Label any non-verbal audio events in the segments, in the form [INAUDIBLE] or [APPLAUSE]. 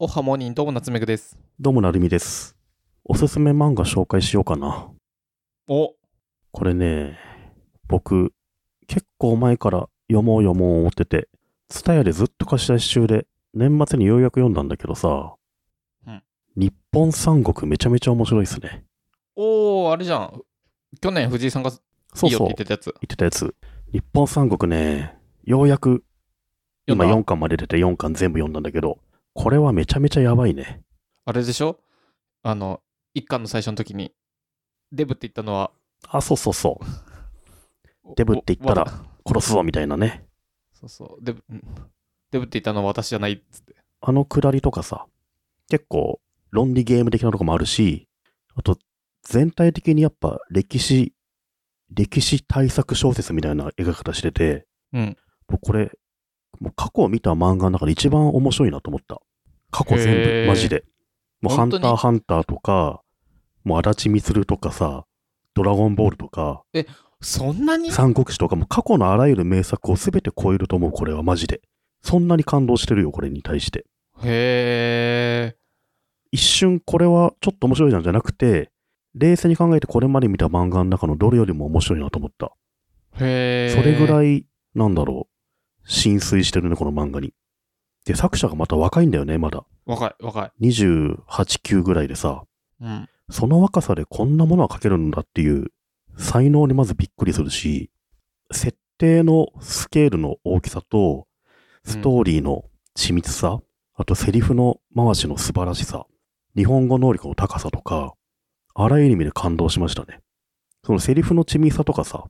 おはモーニンどうも夏目くです。どうもなるみです。おすすめ漫画紹介しようかな。おこれね、僕、結構前から読もう読もう思ってて、ツタヤでずっと貸し出し中で、年末にようやく読んだんだけどさ、うん日本三国めちゃめちゃ面白いっすね。おー、あれじゃん。去年藤井さんがいそういよっそう、て言ってたやつ。言ってたやつ。日本三国ね、ようやく、今読んだ4巻まで出て4巻全部読んだんだけど、これはめちゃめちゃやばいね。あれでしょあの、一巻の最初の時に、デブって言ったのは、あ、そうそうそう。デブって言ったら殺すぞみたいなね。そうそう、デブ、うんデブって言ったのは私じゃないっつって。あのくだりとかさ、結構論理ゲーム的なとこもあるし、あと全体的にやっぱ歴史、歴史対策小説みたいな描き方してて、うん。もうこれ、もう過去を見た漫画の中で一番面白いなと思った。過去全へー部、マジで。もうハ本ン当タにーハンターとか、もう足立みつるとかさ、ドラゴンボールとか、そんなに三国志とかもう過去のあらゆる名作を全て超えると思う、これはマジで。そんなに感動してるよ、これに対して。へ一瞬これはちょっと面白いじゃんじゃなくて、冷静に考えてこれまで見た漫画の中のどれよりも面白いなと思った。ー。へー。それぐい。らい、なんだろう、浸水してるね、この漫画に。で、作者がまた若いんだよね、まだ。若い、若い。 28、9ぐらいでさ、うん。その若さでこんなものは描けるんだっていう、才能にまずびっくりするし、設定のスケールの大きさと、ストーリーの緻密さ、あとセリフの回しの素晴らしさ、日本語能力の高さとか、あらゆる意味で感動しましたね。そのセリフの緻密さとかさ、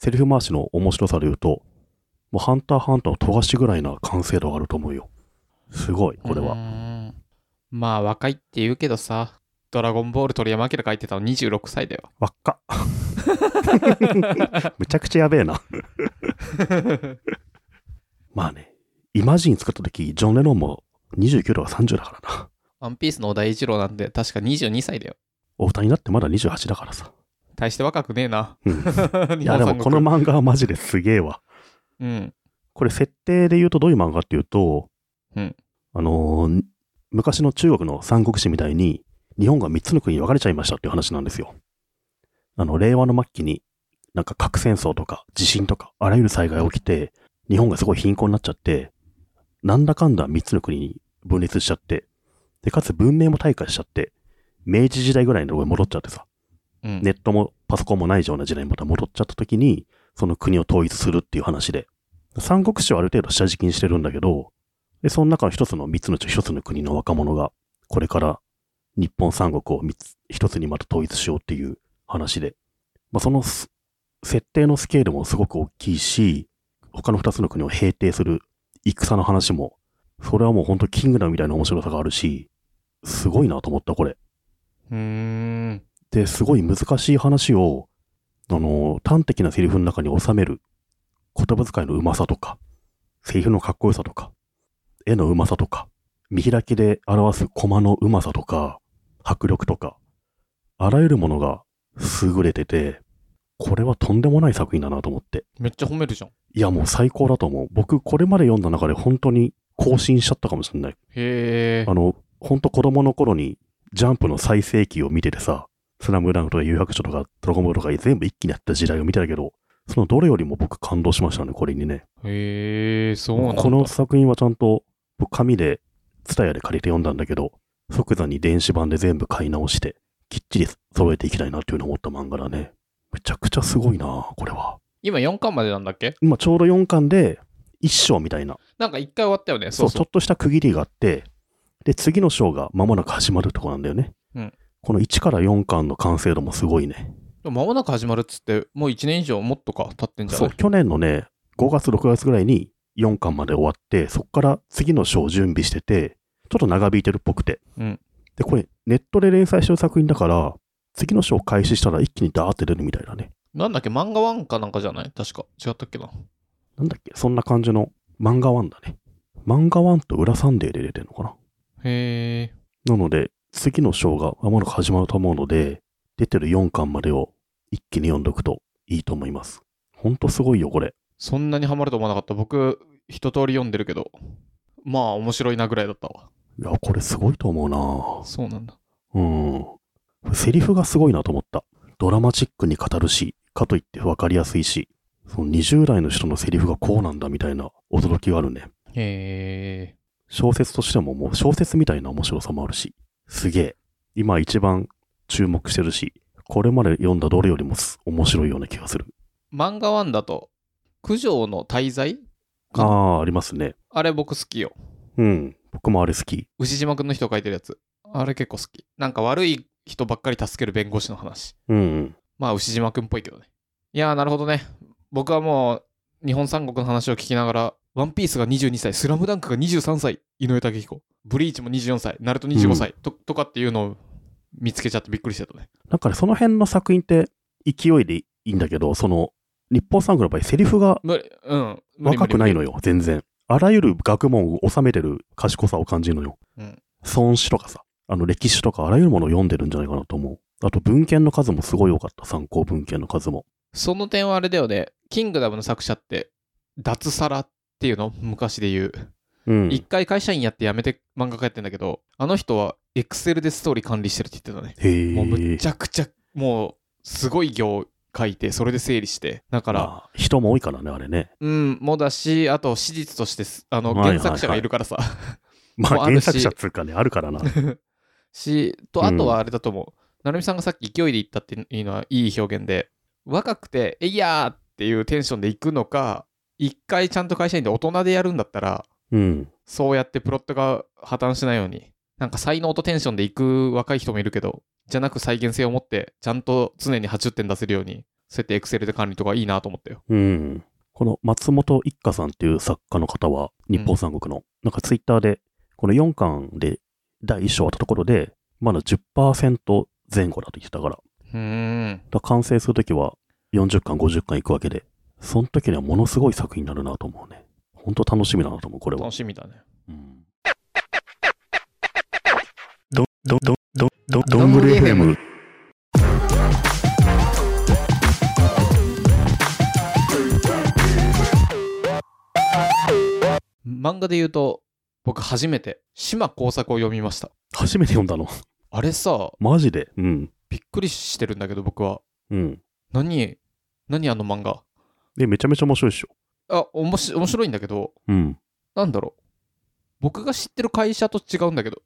セリフ回しの面白さで言うと、もうハンターハンターの富樫ぐらいな完成度があると思うよ。すごい、これは。うーん。まあ、若いって言うけどさ、ドラゴンボール鳥山明書いてたの26歳だよ。輪っか。 [LAUGHS] むちゃくちゃやべえな。まあね、イマジン作った時、ジョン・レノンも29とか30だからな。ワンピースの小田栄一郎なんて確か22歳だよ。お二人になってまだ28だからさ。大して若くねえな。うん [LAUGHS] いいや、でもこの漫画はマジですげえわ。うん。これ設定で言うとどういう漫画っていうと、うんあのー昔の中国の三国志みたいに、日本が3つの国に分かれちゃいましたっていう話なんですよ。あの、令和の末期に、なんか核戦争とか地震とか、あらゆる災害が起きて、日本がすごい貧困になっちゃって、なんだかんだ3つの国に分裂しちゃって、で、かつ文明も退化しちゃって、明治時代ぐらいのところに戻っちゃってさ、うんネットもパソコンもないような時代にまた戻っちゃった時に、その国を統一するっていう話で、三国志をある程度下敷きにしてるんだけど、で、その中の一つの三つのうち一つの国の若者が、これから日本三国を三つ、一つにまた統一しようっていう話で、まあ、そのす設定のスケールもすごく大きいし、他の二つの国を平定する戦の話も、それはもう本当キングダムみたいな面白さがあるし、すごいなと思った、これ。うーん。ってすごい難しい話を、あの、端的なセリフの中に収める、言葉遣いのうまさとか、セリフのかっこよさとか、絵のうまさとか、見開きで表すコマのうまさとか、迫力とか、あらゆるものが優れてて、これはとんでもない作品だなと思って。めっちゃ褒めるじゃん。いや、もう最高だと思う。僕、これまで読んだ中で本当に更新しちゃったかもしれない。へえあ。の、ほんと子供の頃に、ジャンプの最盛期を見ててさ、スラムダンクとか誘白書とか、ドラゴンボールとか全部一気にやった時代を見てたけど、そのどれよりも僕感動しましたね、これにね。へえ、そうなんだ。この作品はちゃんと、僕紙で、ツタヤで借りて読んだんだけど、即座に電子版で全部買い直して、きっちり揃えていきたいなっていうのを思った漫画だね。めちゃくちゃすごいなこれは。今4巻までなんだっけ今ちょうど4巻で、1章みたいな、なんか1回終わったよね。そそううそう。ちょっとした区切りがあって、で、次の章が間もなく始まるとこなんだよね。うんこの1から4巻の完成度もすごいね。でも間もなく始まるっつって、もう1年以上もっとか経ってんじゃなそ、いう去年のね、5月、6月ぐらいに4巻まで終わって、そこから次の章を準備してて、ちょっと長引いてるっぽくて。うんで、これ、ネットで連載してる作品だから、次の章開始したら一気にダーって出るみたいだね。なんだっけ漫画ワンかなんかじゃない確か。違ったっけな。なんだっけ、そんな感じの漫画1だね。漫画1と裏サンデーで出てるのかなへえ。なので、次の章が間もなく始まると思うので、出てる4巻までを一気に読んどくといいと思います。ほんとすごいよ、これ。そんなにハマると思わなかった。僕、一通り読んでるけど、まあ面白いなぐらいだったわ。いや、これすごいと思うなそうなんだ。うん。セリフがすごいなと思った。ドラマチックに語るし、かといって分かりやすいし、その20代の人のセリフがこうなんだみたいな驚きがあるね。へえ。小説としてももう小説みたいな面白さもあるし、すげえ。今一番注目してるし、これまで読んだどれよりもす面白いような気がする。漫画ワンだと、九条の滞在あかあー、ありますね。あれ僕好きよ。うん。僕もあれ好き。牛島くんの人が書いてるやつ。あれ結構好き。なんか悪い人ばっかり助ける弁護士の話。うん、うん。まあ、牛島くんっぽいけどね。いやー、なるほどね。僕はもう、日本三国の話を聞きながら、ワンピースが22歳、スラムダンクが23歳、井上武彦、ブリーチも24歳、ナルト25歳、ととかっていうのを見つけちゃってびっくりしてたね。なんかね、その辺の作品って勢いでいいんだけど、その、日本産グの場合、セリフが無理、うん。無理若くないのよ。よ、全然。あらゆる学問を収めてる賢さを感じるのよ。うん孫子とかさ、あの歴史とかあらゆるものを読んでるんじゃないかなと思う。あと文献の数もすごい多かった、参考文献の数も。その点はあれだよね、キングダムの作者って、脱サラっていうの昔で言う。うん。一、回会社員やって辞めて漫画家やってんだけど、あの人はエクセルでストーリー管理してるって言ってたね。へもうむえち。ゃくちゃ、もう、すごい行書いて、それで整理して。だから、まあ人も多いからね、あれね。うん、もだし、あと、史実としてす、あの、はいはい原作者がいるからさ。 [LAUGHS] まもうあある原し作者っつうかね、あるからな。し、うと、んあとはあれだと思う。なるみさんがさっき勢いで言ったっていうのはいい表現で、若くて、えいやーっていうテンションで行くのか、一回ちゃんと会社員で大人でやるんだったら、うん。そうやってプロットが破綻しないように、なんか才能とテンションで行く若い人もいるけど、じゃなく再現性を持って、ちゃんと常に80点出せるように、そうやってエクセルで管理とかいいなと思ったよ。うん。この松本一家さんっていう作家の方は、日本三国の、なんかツイッターで、この4巻で第1章終わったところで、まだ10%前後だと言ってたから、うーん。だから完成するときは40巻、50巻いくわけで、その時にはものすごい作品になるなと思うね。本当楽しみだなと思う、これは楽。しみだね。うんど、ど、ど、ど、ど、どんぐり FM。漫画で言うと、僕初めて、島耕作を読みました。初めて読んだの。あれさ、マジで。うん。びっくりしてるんだけど、僕は。うん。何何あの漫画。で、めちゃめちゃ面白いっしょ。あ、おもし面白いんだけど、うん。なんだろう。僕が知ってる会社と違うんだけど。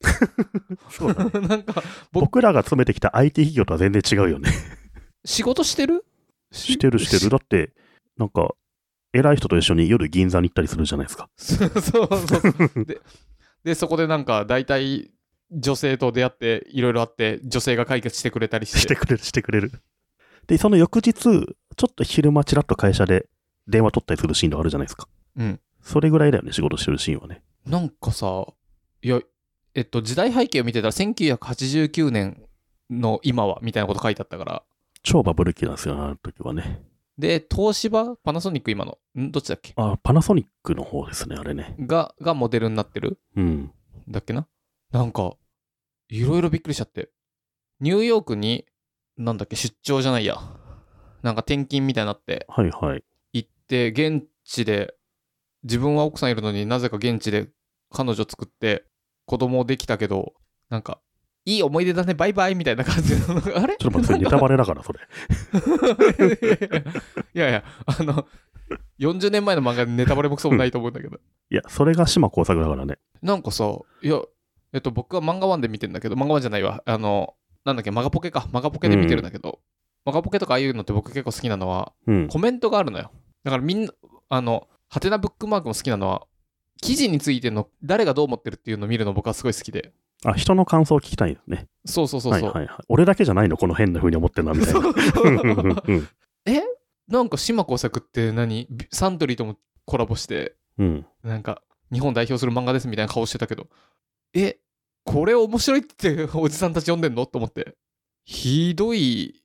[LAUGHS] そうだね。なんか、僕僕らが勤めてきた IT 企業とは全然違うよね。仕事してる [LAUGHS] ししてるしてる。。だって、なんか、偉い人と一緒に夜銀座に行ったりするじゃないですか。そうそうそう。で、でそこでなんか、大体、女性と出会って、いろいろあって、女性が解決してくれたりして。してくれる、してくれる。で、その翌日、ちょっと昼間ちらっと会社で電話取ったりするシーンとかあるじゃないですか。うん。それぐらいだよね、仕事してるシーンはね。なんかさ、いや、えっと、時代背景を見てたら、1989年の今は、みたいなこと書いてあったから。超バブル期なんですよ、あの時はね。で、東芝パナソニック今の、んどっちだっけあ、パナソニックの方ですね、あれね。が、がモデルになってるうん。だっけななんか、いろいろびっくりしちゃって。ニューヨークに、なんだっけ、出張じゃないや。なんか転勤みたいになって、はいはい。行って、現地で、自分は奥さんいるのになぜか現地で彼女作って、子供できたけど、なんか、いい思い出だね、バイバイみたいな感じの、あれちょっと待って、それネタバレだから、それ。 [LAUGHS] いやいや、あの、40年前の漫画でネタバレもクソもないと思うんだけど。いや、それが島耕作だからね。なんかさ、いや、えっと、僕は漫画ワンで見てんだけど、漫画ワンじゃないわ。あの、なんだっけ、マガポケか。マガポケで見てるんだけど、マガポケとかああいうのって僕結構好きなのは、うん。コメントがあるのよ。だからみんな、あの、ハテナブックマークも好きなのは、記事についての誰がどう思ってるっていうのを見るの僕はすごい好きで。あ、人の感想を聞きたいですね。そうそうそうそう。はいはいはい。俺だけじゃないの、この変な風に思ってるな、みたいな。うんうんうんうん [LAUGHS] なんか島耕作って何ビサントリーともコラボして、うん。なんか日本代表する漫画ですみたいな顔してたけど、え、これ面白いって [LAUGHS] おじさんたち読んでんのと思って、ひどい、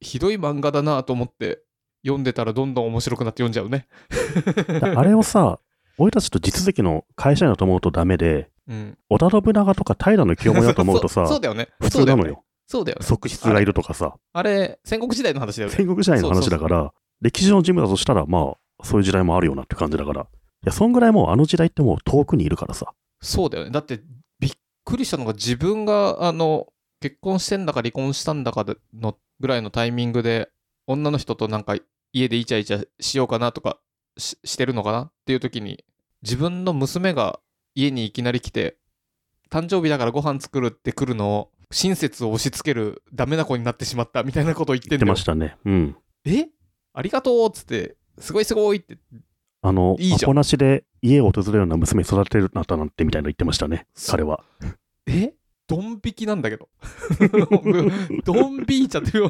ひどい漫画だなと思って、読んでたらどんどん面白くなって読んじゃうね。 [LAUGHS] だあれをさ、俺たちと地続きの会社員だと思うとダメで、うん。織田信長とか平の清盛だと思うとそさ、うそうだよね。普通なそうのよ。だよね。そうだよね。側室がいるとかさ、あれ、戦国時代の話だよね。戦国時代の話だから、歴史の人物だとしたら、まあ、そういう時代もあるよなって感じだから。いや、そんぐらいもうあの時代ってもう遠くにいるからさ。そうだよね。だって、びっくりしたのが自分があの結婚してんだか離婚したんだかでのぐらいのタイミングで女の人となんか家でイチャイチャしようかなとかししてるのかなっていう時に自分の娘が家にいきなり来て誕生日だからご飯作るって来るのを親切を押し付けるダメな子になってしまったみたいなことを言ってん言ってだよましたね。うん。えありがとうっつってすごいすごいってあの、いいじゃんアポなしで家を訪れるような娘育てるなったなんてみたいなの言ってましたね、そう彼は。えドン引きなんだけど [LAUGHS] ドン引いちゃってる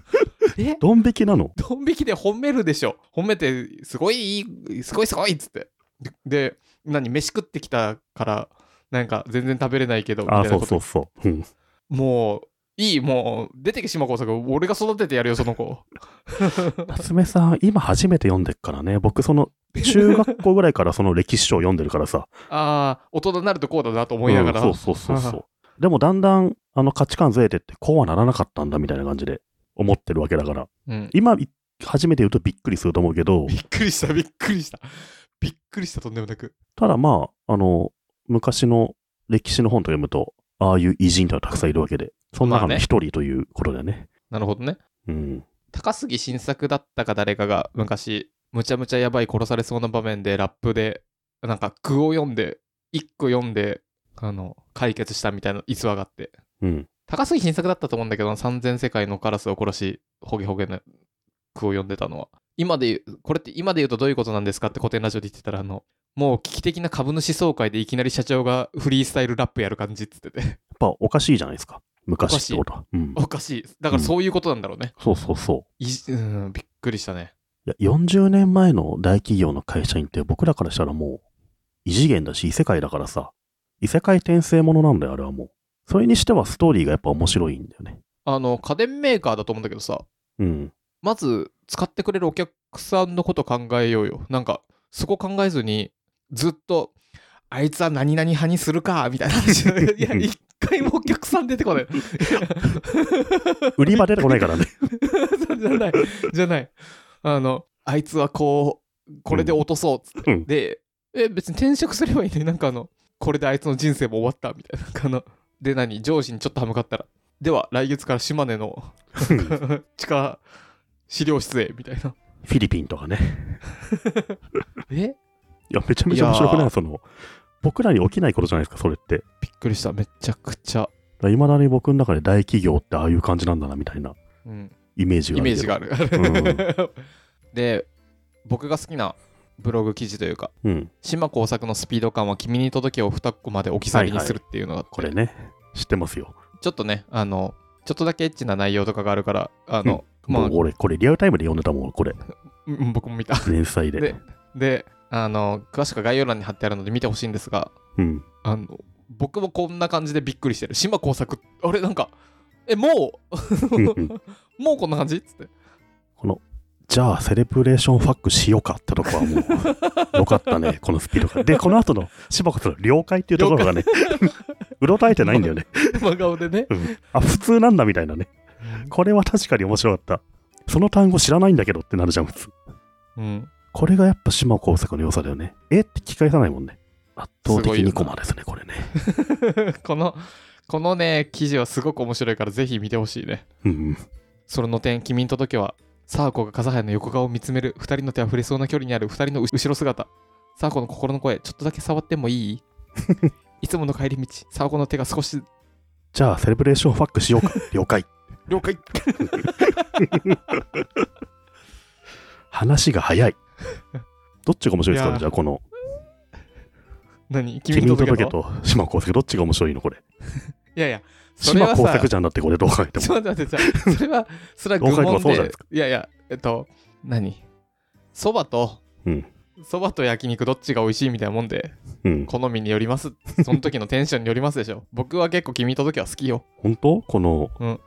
[LAUGHS] えドン引きなのドン引きで褒めるでしょ褒めてすごいいいすごいすごいっつってでで何飯食ってきたからなんか全然食べれないけどみたいああ、なそこうとそうそう。うん。もういいもう出てけ島耕作俺が育ててやるよその子 [LAUGHS] 夏目さん、今初めて読んでっからね。僕、その、中学校ぐらいからその歴史書を読んでるからさ。ああ大人になるとこうだなと思いながら、うんそうそうそうそう。 [LAUGHS] でも、だんだん、あの、価値観ずれてって、こうはならなかったんだみたいな感じで思ってるわけだから。うん今、い初めて言うとびっくりすると思うけど、びっくりしたびっくりしたびっくりしたとんでもなくただまあ、あの、昔の歴史の本と読むと、ああいう偉人とはたくさんいるわけで、その中まあのね一人ということだよね。なるほどねうん。高杉晋作だったか誰かが昔むちゃむちゃやばい殺されそうな場面でラップでなんか句を読んで一句読んであの解決したみたいな逸話があってうん。高杉晋作だったと思うんだけど三千世界のカラスを殺しホゲホゲの句を読んでたのは今で言うこれって今で言うとどういうことなんですかって古典ラジオで言ってたらあのもう危機的な株主総会でいきなり社長がフリースタイルラップやる感じっつってて [LAUGHS] やっぱおかしいじゃないですか。昔ってことは。うん。おかしいだからそういうことなんだろうね、そうそうそう。いじうん、びっくりしたねいや、40年前の大企業の会社員って僕らからしたらもう、異次元だし異世界だからさ、異世界転生ものなんだよ、あれはもう。それにしてはストーリーがやっぱ面白いんだよね。あの家電メーカーだと思うんだけどさうん。まず使ってくれるお客さんのこと考えようよなんかそこ考えずにずっとあいつは何々派にするかみたいな話いや一回もお客さん出てこない売り場出てこな [LAUGHS] いからね。そうじゃないじゃないあのあいつはこうこれで落とそうっつって、うんでえ別に転職すればいいねなんかあのこれであいつの人生も終わったみたいななんかあので何上司にちょっと歯向かったらでは来月から島根の [LAUGHS] 地下資料室へみたいなフィリピンとかね。えいや、めちゃめちゃ面白くいなやいその、僕らに起きないことじゃないですか、それって。びっくりしためちゃくちゃ、いまだに僕の中で大企業ってああいう感じなんだなみたいなうん、イメージイがあるメーけどジがある、 [LAUGHS] で僕が好きなブログ記事というかうん島耕作のスピード感は君に届けを2個まで置き去りにするっていうのがあって、これね [LAUGHS] 知ってますよちょっとねあのちょっとだけエッチな内容とかがあるからあの、まもあう俺これリアルタイムで読んでたもんこれうん僕も見た連載ででであの詳しくは概要欄に貼ってあるので見てほしいんですが [LAUGHS] うんあの僕もこんな感じでびっくりしてる島耕作あれなんかえもうんうんうもうこんな感じっつってじゃあセレブレーションファックしようかってとこはも [LAUGHS] うよかったねこのスピード感でこの後の柴子さんの了解っていうとこ [LAUGHS] ろがねうろたえてないんだよね、真顔でねうん、あ普通なんだみたいなねこれは確かに面白かったその単語知らないんだけどってなるじゃん普通うんこれがやっぱ島耕作の良さだよねえって聞き返さないもんね圧倒すごいよ的になコマですねこれねこの、このね、記事はすごく面白いから、ぜひ見てほしいね。うんその点、君に届けは、サーコが風早の横顔を見つめる、二人の手は触れそうな距離にある二人の後ろ姿。サーコの心の声、ちょっとだけ触ってもい [LAUGHS] いいつもの帰り道、サーコの手が少し、じゃあセレブレーションファックしようか [LAUGHS] 了解了解話が早いどっちが面白いですいかやじゃあこの何「君君にに届け届とけ」と島耕作どっちが面白いのこれいやいや、それ島は耕さ、作じゃんだってこれどう考えてちもょっと待って、ちょそれは、それはどう愚考えても問そうで、じゃないですいやいや、えっと、何そばとうん、そば、と焼肉どっちが美味しいみたいなもんで、うん好みによります。その時のテンションによりますでしょ。僕は結構君と時は好きよ。本当この、うん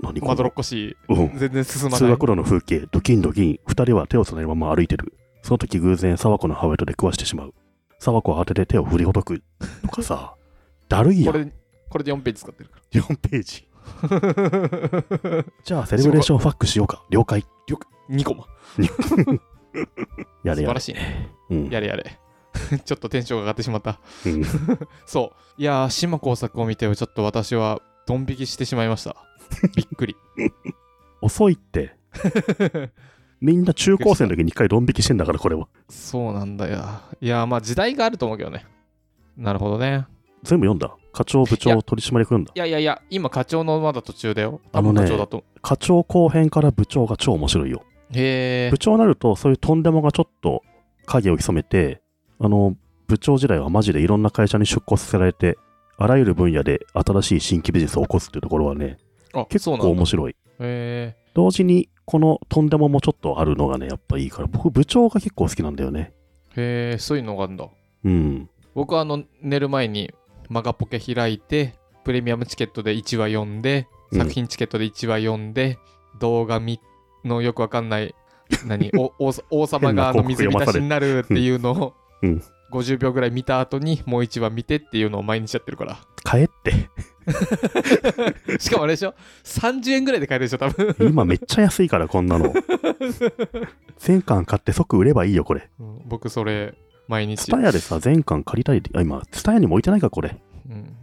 何こまどろのっ、こしい。うん、全然進ま通ない学。路の風景ドキンドキン二人は手をつないだまま歩いてるその時偶然沢子の母親と出くわしてしまう沢子は慌てて手を振りほどくとかさ [LAUGHS] だるいやこんれ、これで4ページ使ってるか4ページら。 [LAUGHS] じゃあセレブレーションファックしようか了解2コマ。や素れや晴れらしいね。うんやれやれ。 [LAUGHS] ちょっとテンションが上がってしまった。うんそう。いやー、島耕作を見て、ちょっと私は、ドン引きしてしまいま [LAUGHS] した。びっくり。 [LAUGHS] 遅いって。みんな中高生の時に一回ドン引きしてんだから、これは。そうなんだよ。いやー、まあ、時代があると思うけどね。なるほどね。全部読んだ。課長、部い長、や取締役読んだ。いやいやいや、今、課長のまだ途中だよ。あのね課長だと。課長後編から部長が超面白いよ。へえ部。長になると、そういうとんでもがちょっと影を潜めて、あの、部長時代はマジでいろんな会社に出向させられて、あらゆる分野で新しい新規ビジネスを起こすっていうところはね、あ、結そう構なんだ。面白い。へえ。同時に、このとんでももちょっとあるのがね、やっぱいいから、僕、部長が結構好きなんだよね。へえ、そういうのがあるんだ。うん。僕はあの寝る前にマガポケ開いてプレミアムチケットで1話読んでうん作品チケットで1話読んで、動画みのよくわかんない何お [LAUGHS] 王さ王様があの変な広水告浸しになるっていうのを、うん50秒ぐらい見た後にもう1話見てっていうのを毎日やってるから [LAUGHS] 帰って。しかもあれでしょ30円ぐらいで買えるでしょ多分今めっちゃ安いから、こんなの。全巻買って即売ればいいよ、これ。うん僕それ毎ツ日、タヤでさ、全巻借りたい。あ、今、ツタヤにも置いてないか、これ。いうん、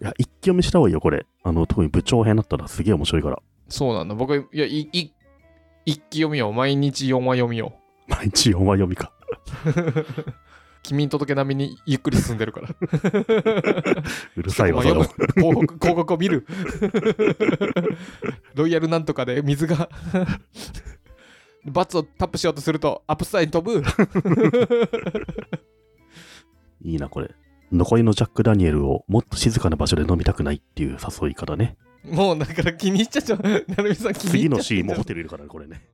や、一気読みした方がいいよ、これ。あの、特に部長編だったらすげえ面白いから。そうなんだ僕いやいい一気読みよう毎日4話読みよう毎日4話読みか。君に届け並みにゆっくり進んでるから [LAUGHS] うるさいわ、ちそょっれとまあも。読む広告 [LAUGHS] 広告を見るロイヤルなんとかで水が [LAUGHS] バツをタップしようとするとアップスターに飛ぶいいな、これ。残りのジャック・ダニエルをもっと静かな場所で飲みたくないっていう誘い方ね。もうだから気に入っちゃっちゃうなるみさん気に [LAUGHS] 次入っのちゃシーンもっホちテルいるからね、これね。